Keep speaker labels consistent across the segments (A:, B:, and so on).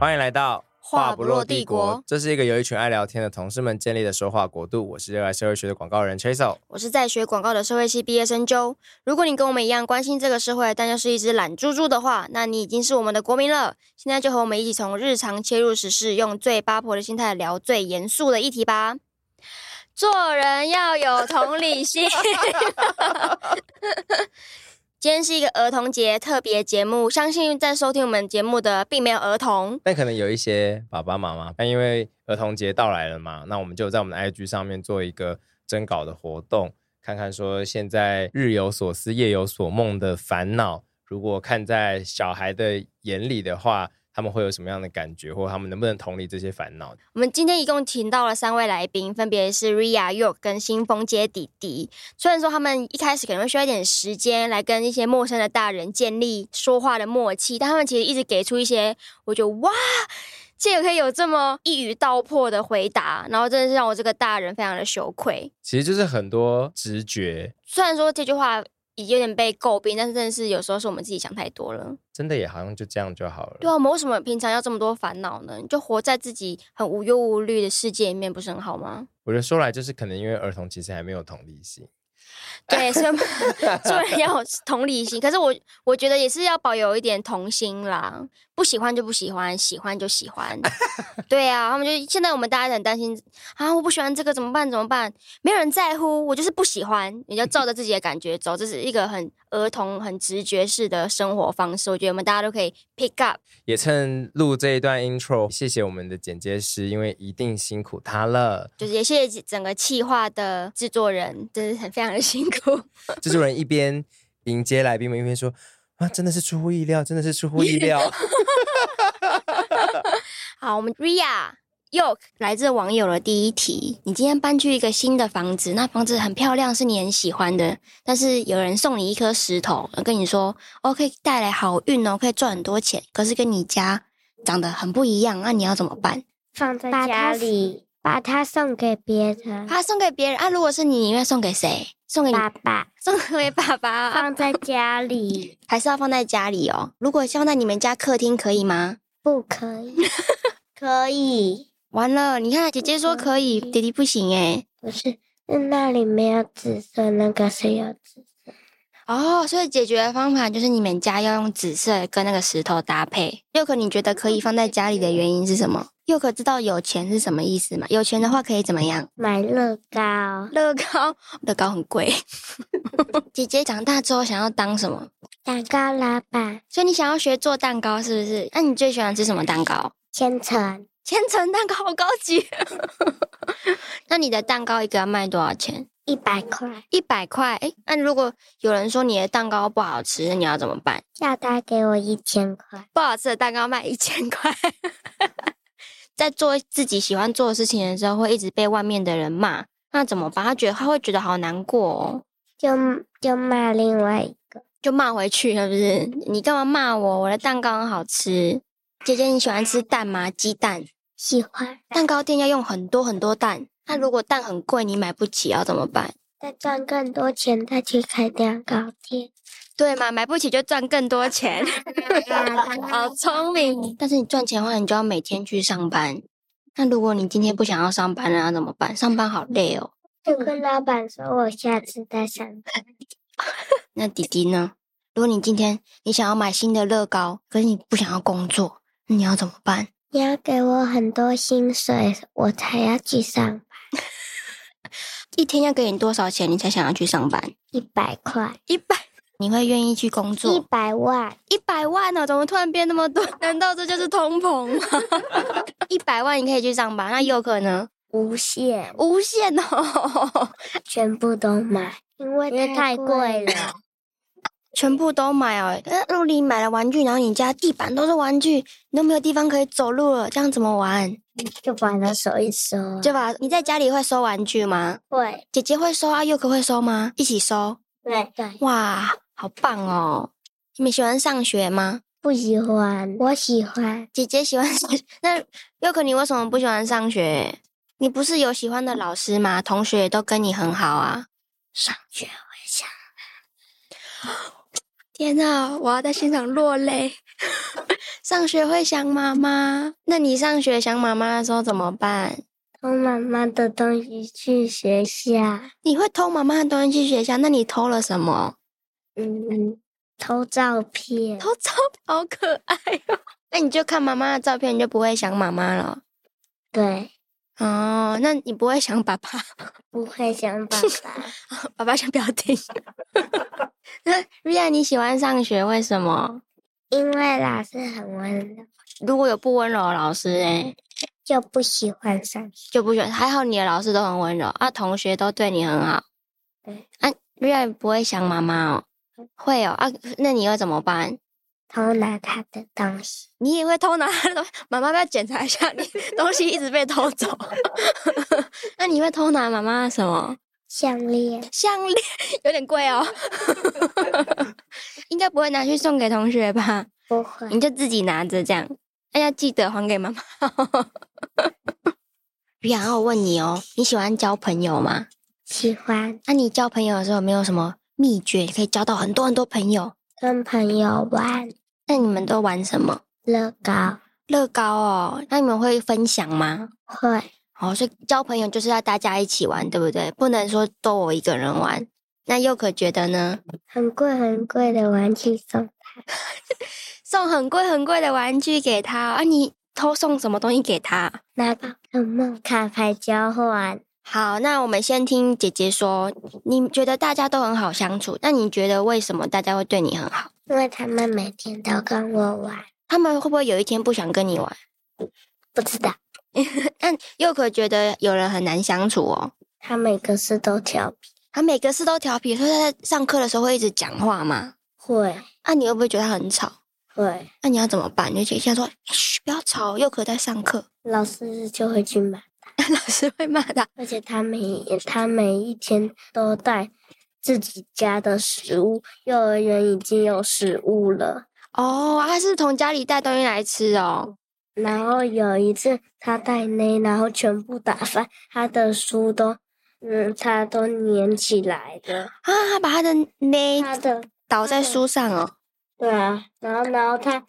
A: 来到
B: 话不落帝国，
A: 这是一个由一群爱聊天的同事们建立的说话国度。我是热爱社会学的广告人 Chaseo。
B: 我是在学广告的社会系毕业生啾。如果你跟我们一样关心这个社会，但又是一只懒猪猪的话，那你已经是我们的国民了。现在就和我们一起从日常切入时事，用最八婆的心态聊最严肃的议题吧。做人要有同理心。 今天是一个儿童节特别节目，相信在收听我们节目的并没有儿童。
A: 但可能有一些爸爸妈妈，但因为儿童节到来了嘛，那我们就在我们的 IG 上面做一个征稿的活动，看看说现在日有所思夜有所梦的烦恼，如果看在小孩的眼里的话，他们会有什么样的感觉，或他们能不能同理这些烦恼？
B: 我们今天一共请到了三位来宾，分别是 Ria、York 跟新风街弟弟。虽然说他们一开始可能会需要一点时间来跟一些陌生的大人建立说话的默契，但他们其实一直给出一些，我觉得哇，这个可以有这么一语道破的回答，然后真的是让我这个大人非常的羞愧。
A: 其实就是很多直觉，
B: 虽然说这句话已经有点被诟病，但是真的是有时候是我们自己想太多了。
A: 真的也好像就这样就好了。
B: 对啊，我们为什么平常要这么多烦恼呢？你就活在自己很无忧无虑的世界里面，不是很好吗？
A: 我觉得说来就是可能因为儿童其实还没有同理心，
B: 对，所以我们做人要有同理心。可是我我觉得也是要保有一点童心啦，不喜欢就不喜欢，喜欢就喜欢。对啊，他们就现在我们大家很担心啊，我不喜欢这个怎么办？怎么办？没有人在乎，我就是不喜欢。你就照着自己的感觉走，这是一个很儿童、很直觉式的生活方式。我觉得我们大家都可以 pick up。
A: 也趁录这一段 intro，谢谢我们的剪接师，因为一定辛苦他了。
B: 就是也谢谢整个企划的制作人，真是很非常的辛苦。
A: 制作人一边迎接来宾们，一边说：“啊，真的是出乎意料，真的是出乎意料。
B: 好，我们 Ria York 来自网友的第一题：你今天搬去一个新的房子，那房子很漂亮，是你很喜欢的，但是有人送你一颗石头，跟你说哦，可以带来好运哦，可以赚很多钱，可是跟你家长得很不一样，那你要怎么办？
C: 放在
D: 把
C: 家
D: 它
C: 里，把它送给别人，
B: 他送给别人啊，如果是你，你会送给谁？送给你
C: 爸爸
B: 送给爸爸啊，
C: 放在家 里
B: 还是要放在家里哦？如果放在你们家客厅可以吗？
C: 不可 以，可以，
B: 完了，你看姐姐说可以，弟弟不行欸诶。
C: 不是，那里没有紫色，那个是有紫色，
B: 哦，所以解决的方法就是你们家要用紫色跟那个石头搭配。佑可，你觉得可以放在家里的原因是什么？佑可知道有钱是什么意思吗？有钱的话可以怎么样？
C: 买乐高
B: 乐高，乐高很贵。 姐姐长大之后想要当什么？
C: 蛋糕老板
B: 所以你想要学做蛋糕是不是？那你最喜欢吃什么蛋糕？
C: 千层
B: 千层蛋糕好高级。 那你的蛋糕一个要卖多少钱？
C: 一百块，
B: 一百块。哎，那如果有人说你的蛋糕不好吃，那你要怎么办？
C: 叫他给我一千块，
B: 不好吃的蛋糕卖一千块。 在做自己喜欢做的事情的时候，会一直被外面的人骂，那怎么办？他觉得他会觉得好难过哦，
C: 就就骂另外一个，
B: 就骂回去，是不是？你干嘛骂我？我的蛋糕很好吃。姐姐，你喜欢吃蛋吗？鸡蛋，
C: 喜欢
B: 蛋糕店要用很多很多蛋。那如果蛋很贵，你买不起要怎么办？
C: 再赚更多钱，再去开蛋糕 店，
B: 对嘛，买不起就赚更多钱。好聪明！啊但是你赚钱的话，你就要每天去上班。那如果你今天不想要上班了，那怎么办？上班好累哦。
C: 就跟老板说我下次再上班，
B: 那弟弟呢？如果你今天你想要买新的乐高，可是你不想要工作，那你要怎么办？
C: 你要给我很多薪水，我才要去上
B: 一天要给你多少钱，你才想要去上班？
C: 一百块，
B: 一百，你会愿意去工
C: 一
B: 作？
C: 百万，
B: 一百万哦呢、怎么突然变那么多？ 难道这就是通膨吗？ 一百万你可以去上班，那有可能
C: 无限，
B: 无限哦，
C: 全部都买，因为
D: 因为太贵了。
B: 全部都买哦。那如果你买了玩具，然后你家地板都是玩具，你都没有地方可以走路了，这样怎么玩？
C: 就把它收一收，
B: 对吧？你在家里会收玩具吗？
C: 会，
B: 姐姐会收啊，佑可会收吗？一起收，
C: 对对，
B: 哇，好棒哦！你们喜欢上学吗？
C: 不喜欢，我喜欢，
B: 姐姐喜欢上学， 那佑可你为什么不喜欢上学？你不是有喜欢的老师吗？同学也都跟你很好啊。
C: 上学我也想，
B: 啊天哪、我要在现场落泪。 上学会想妈妈，那你上学想妈妈的时候怎么办？
C: 偷妈妈的东西去学校，
B: 你会偷妈妈的东西去学校？那你偷了什么？
C: 嗯嗯，偷照片，
B: 偷照片，好可爱哦。那你就看妈妈的照片，你就不会想妈妈了。
C: 对，
B: 哦，那你不会想爸爸？
C: 不会想爸爸。
B: 爸爸先不要听。 那 Ria，你喜欢上学为什么？
C: 因为老师很温柔，
B: 如果有不温柔的老师、欸，哎，
C: 就不喜欢上学。
B: 就不喜欢。还好你的老师都很温柔啊，同学都对你很好。
C: 对
B: 啊，Ria 不会想妈妈哦，会哦啊，那你又怎么办？
C: 偷拿他的东西，
B: 你也会偷拿她的东西？妈妈要不要检查一下你东西一直被偷走？那你会偷拿妈妈的什么？
C: 项链
B: 项链有点贵哦， 应该不会拿去送给同学吧？
C: 不会，
B: 你就自己拿着这样，哎呀，记得还给妈妈。 然后我问你哦，你喜欢交朋友吗？
C: 喜欢
B: 那、你交朋友的时候有没有什么秘诀，可以交到很多很多朋友？
C: 跟朋友玩
B: 那你们都玩什么？
C: 乐高，
B: 乐高哦，那你们会分享吗？
C: 会
B: 哦，所以交朋友就是要大家一起玩，对不对？不能说都我一个人玩。那佑可觉得呢？
C: 很贵很贵的玩具送，
B: 送很贵很贵的玩具给他啊？你偷送什么东西给他？
C: 拿宝可梦卡牌交换，
B: 好，那我们先听姐姐说，你觉得大家都很好相处，那你觉得为什么大家会对你很好？
C: 因为他们每天都跟我玩，
B: 他们会不会有一天不想跟你玩？
C: 不知道
B: 但又可觉得有人很难相处哦，
C: 他每个事都调皮，
B: 他每个事都调皮，所以他在上课的时候会一直讲话嘛。
C: 会
B: 那、你会不会觉得他很吵？
C: 会，
B: 那、你要怎么办？你就先说，嘘，不要吵，又可在上课，
C: 老师就会去买。
B: 老师会骂他。
C: 而且他每他每一天都带自己家的食物，幼儿园已经有食物了。
B: 哦，他是从家里带东西来吃哦。
C: 然后有一次他带奶，然后全部打翻，他的书都，嗯，他都粘起来的。
B: 啊，他把他的
C: 他
B: 奶
C: 的
B: 倒在书上哦。
C: 对啊，然后然后他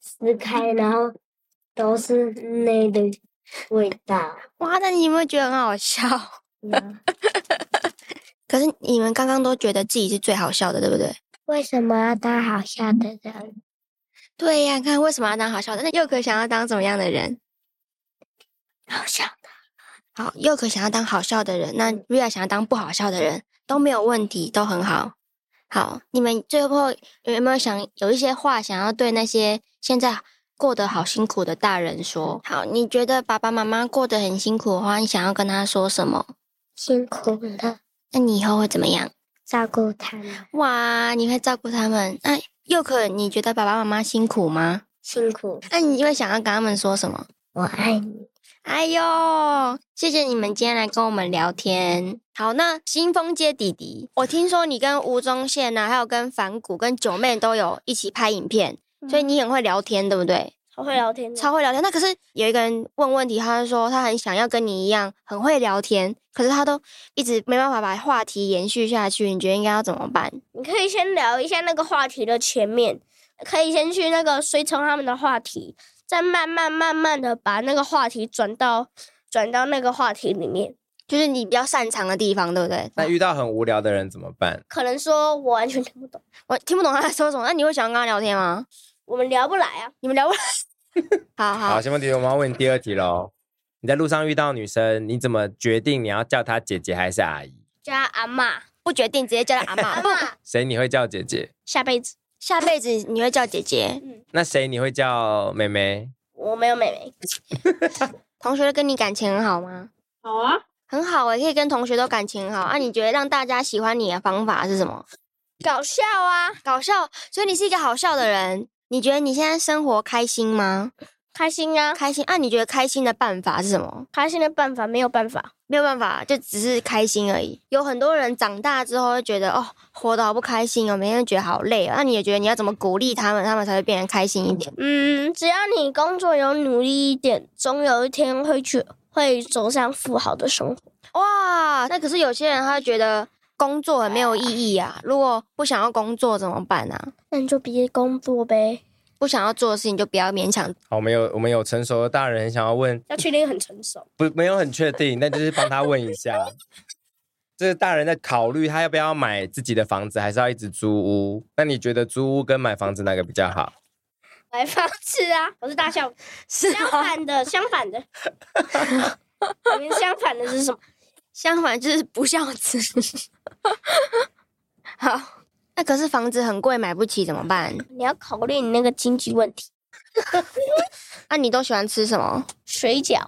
C: 撕开，然后都是奶的味道。
B: 哇，那你有没有觉得很好笑？
C: 嗯
B: 可是你们刚刚都觉得自己是最好笑的，对不对？
C: 为什么要当好笑的人？
B: 对呀、看为什么要当好笑的？那佑可想要当怎么样的人？
C: 好笑
B: 好，佑可想要当好笑的人，那 Ria 想要当不好笑的人，都没有问题，都很好。好，你们最后有没有想有一些话想要对那些现在过得好辛苦的大人说？好，你觉得爸爸妈妈过得很辛苦的话，你想要跟他说什么？
C: 辛苦了，
B: 那你以后会怎么样？
C: 照顾他们，
B: 哇，你会照顾他们？那佑可，你觉得爸爸妈妈辛苦吗？
C: 辛苦，
B: 那你会想要跟他们说什么？
C: 我爱你。
B: 哎呦，谢谢你们今天来跟我们聊天。好，那新丰街弟弟，我听说你跟吴宗宪呢、还有跟反骨、跟九妹都有一起拍影片，所以你很会聊天，对不对？
C: 超会聊天的，哦
B: 超会聊天。那可是有一个人问问题，他就说他很想要跟你一样很会聊天，可是他都一直没办法把话题延续下去。你觉得应该要怎么办？
D: 你可以先聊一下那个话题的前面，可以先去那个随从他们的话题，再慢慢慢慢的把那个话题转到转到那个话题里面。
B: 就是你比较擅长的地方，对不对？
A: 那遇到很无聊的人怎么办？
D: 可能说我完全听不懂，
B: 我听不懂他在说什么。那你会想要跟他聊天吗？
D: 我们聊不来啊。
B: 你们聊不来。 好
A: 好，
B: 好，
A: 新问题，我们要问你第二题喽。你在路上遇到女生，你怎么决定你要叫她姐姐还是阿姨？
D: 叫他阿嬷，
B: 不决定直接叫他阿
D: 阿
B: 妈。
D: 嬷
A: 谁你会叫姐姐？
D: 下辈子
B: 下辈子你会叫姐姐。
A: 那谁你会叫妹妹？
D: 嗯我没有妹妹，
B: 同学跟你感情很好吗？
D: 好啊，
B: 很好欸诶、可以跟同学都感情好。啊，你觉得让大家喜欢你的方法是什么？
D: 搞笑啊，
B: 搞笑，所以你是一个好笑的人。你觉得你现在生活开心吗？
D: 开心啊，
B: 开心啊？你觉得开心的办法是什么？
D: 开心的办法没有办法，
B: 没有办法，就只是开心而已。有很多人长大之后会觉得，哦，活得好不开心哦，每天觉得好累哦。那、你也觉得你要怎么鼓励他们，他们才会变得开心一点？
D: 嗯，只要你工作有努力一点，总有一天会去会走上富豪的生活。
B: 哇，那可是有些人他会觉得工作很没有意义啊。如果不想要工作怎么办啊？
D: 那你就别工作呗。
B: 不想要做的事情就不要勉强。
A: 好，我们有我们有成熟的大人很想要问，
D: 要确定很成 熟。
A: 不没有很确定，但就是帮他问一下。 这是大人在考虑他要不要买自己的房子，还是要一直租屋？那你觉得租屋跟买房子哪个比较好？
D: 买房子啊， 我是大笑，
B: 是
D: 相
B: 啊，
D: 反的，相反 的，你们相反的是什么？
B: 相反就是不孝子。好，那可是房子很贵，买不起怎么办？
D: 你要考虑你那个经济问题。
B: 那、啊你都喜欢吃什么？
D: 水饺，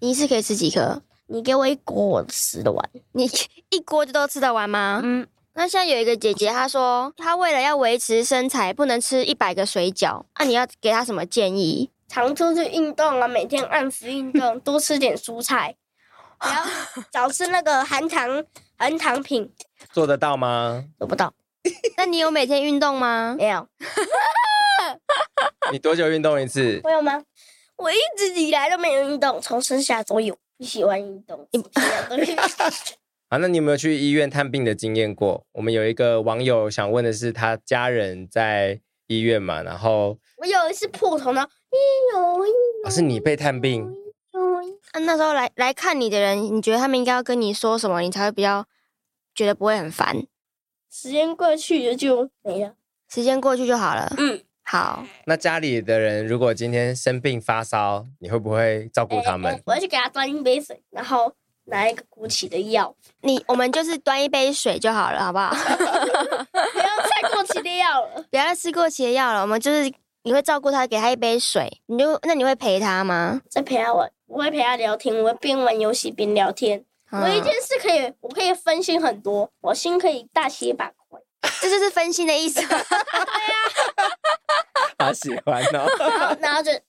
B: 你一次可以吃几颗？
D: 你给我一锅，我吃得完。
B: 你一锅就都吃得完吗？
D: 嗯，
B: 那现在有一个姐姐，她说她为了要维持身材，不能吃一百个水饺。啊那、你要给她什么建议？
D: 常出去运动啊，每天按时运 动，多吃点蔬菜，不要少吃那个含糖 含糖品。
A: 做得到吗？
D: 做不到，
B: 那你有每天运动吗？
D: 没有，
A: 你多久运动一次？
D: 我有吗？我一直以来都没有运动，从生下都有。不喜欢运动，怎么样都运动
A: 啊，那你有没有去医院探病的经验过？我们有一个网友想问的是，他家人在医院嘛，然后、
D: 我有一次破头呢，
A: 啊是你被探病，
B: 那、啊那时候来来看你的人，你觉得他们应该要跟你说什么，你才会比较觉得不会很烦？
D: 时间过去就没了。
B: 时间过去就好了。
D: 嗯，
B: 好，
A: 那家里的人如果今天生病发烧，你会不会照顾他们？
D: 哎我要去给他端一杯水，然后拿一个鼓起的药，
B: 你我们就是端一杯水就好了，好不好？
D: 不要再过期的药了。
B: 不要再吃过期的药了。我们就是你会照顾他，给他一杯水，你就那你会陪他吗？
D: 再陪他玩，我会陪他聊天，我会边玩游戏边聊天。我一
B: 嗯
D: 件事可以，我可以分心很多，我心可以大写板块。
B: 这就是分心的意思。啊
A: 他喜欢哦。
D: 然后，然后就哎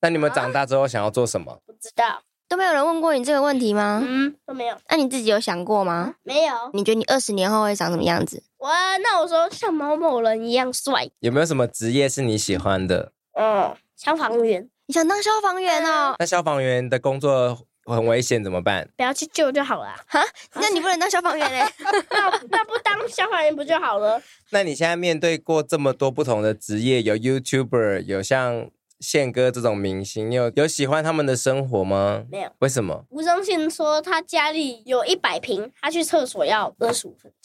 A: 那你们长大之后想要做什么？
D: 不知道，
B: 都没有人问过你这个问题吗？
D: 嗯，都没有，
B: 那你自己有想过吗？
D: 没有。
B: 你觉得你二十年后会长什么样子？
D: 我那我说像某某人一样帅，
A: 有没有什么职业是你喜欢的？
D: 嗯，消防员，
B: 你想当消防员哦？
A: 那消防员的工作很危险，怎么办？
D: 不要去救就好了。
B: 那你不能当消防员嘞、
D: 那那不当消防员不就好了？
A: 那你现在面对过这么多不同的职业，有 YouTuber，有像宪哥这种明星，你有有喜欢他们的生活吗？
D: 没有。
A: 为什么？
D: 吴宗宪说他家里有一百平，他去厕所要二十五分钟。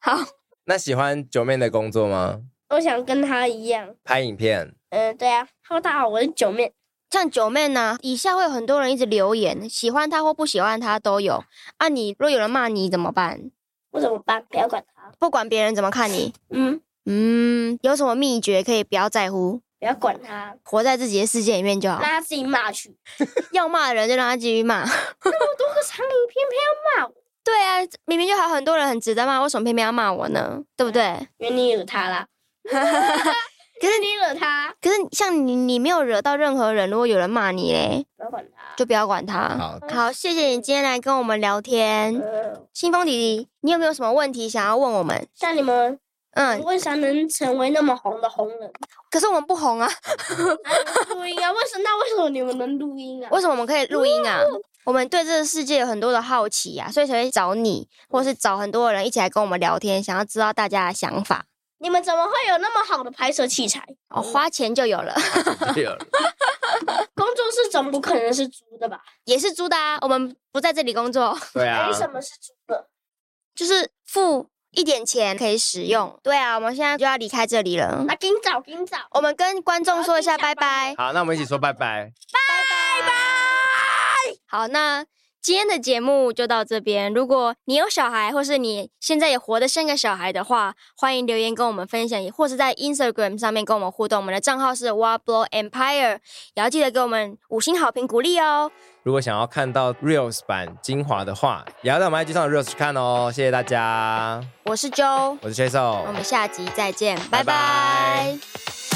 B: 好，
A: 那喜欢九妹的工作吗？
D: 我想跟他一样，
A: 拍影片，
D: 嗯、对啊。Hello，大家好，我是九妹。
B: 像九妹呢，以下会有很多人一直留言，喜欢她或不喜欢她都有。啊，你如果有人骂你怎么办？
D: 我怎么办？不要管他。
B: 不管别人怎么看你，
D: 嗯，
B: 嗯，有什么秘诀可以不要在乎，
D: 不要管他，
B: 活在自己的世界里面就好
D: 让。他自己骂去。
B: 要骂的人就让他继续骂。
D: 多个长影片
B: 对啊，明明就还有很多人很值得骂，为什么偏偏要骂我呢？对不啊对？
D: 陪，因为你惹他啦。 可是你惹他，
B: 可是像你，你没有惹到任何人，如果有人骂你嘞，
D: 不要管他。
B: 就不要管他。
A: 好，
B: 好，谢谢你今天来跟我们聊天，
D: 嗯，
B: 新风弟弟，你有没有什么问题想要问我们？
D: 像你们
B: 嗯，
D: 为啥能成为那么红的红人？
B: 可是我们不红啊，
D: 啊录音啊？为什那为什么你们能录音啊？
B: 为什么我们可以录音啊？我们对这个世界有很多的好奇啊，所以才会找你，或是找很多人一起来跟我们聊天，想要知道大家的想法。
D: 你们怎么会有那么好的拍摄器材？
B: 哦，花钱就有了，
D: 工作室总不可能是租的吧？
B: 也是租的啊。我们不在这里工作，
A: 对啊
D: 为，哎什么是租的？
B: 就是付一点钱可以使用。对啊，我们现在就要离开这里了。
D: 那今早今早。
B: 我们跟观众说一下拜拜。
A: 好，那我们一起说拜拜。
B: 好，那今天的节目就到这边。如果你有小孩，或是你现在也活得像个小孩的话，欢迎留言跟我们分享，也或是在 Instagram 上面跟我们互动。我们的账号是 Wablo Empire，也要记得给我们五星好评鼓励哦。
A: 如果想要看到 Reels 版精华的话，也要到我们 IG 上的 Reels 去看哦。谢谢大家，
B: 我是 Joe，
A: 我是 Chase，
B: 我们下集再见，拜
A: 拜
B: 拜
A: 拜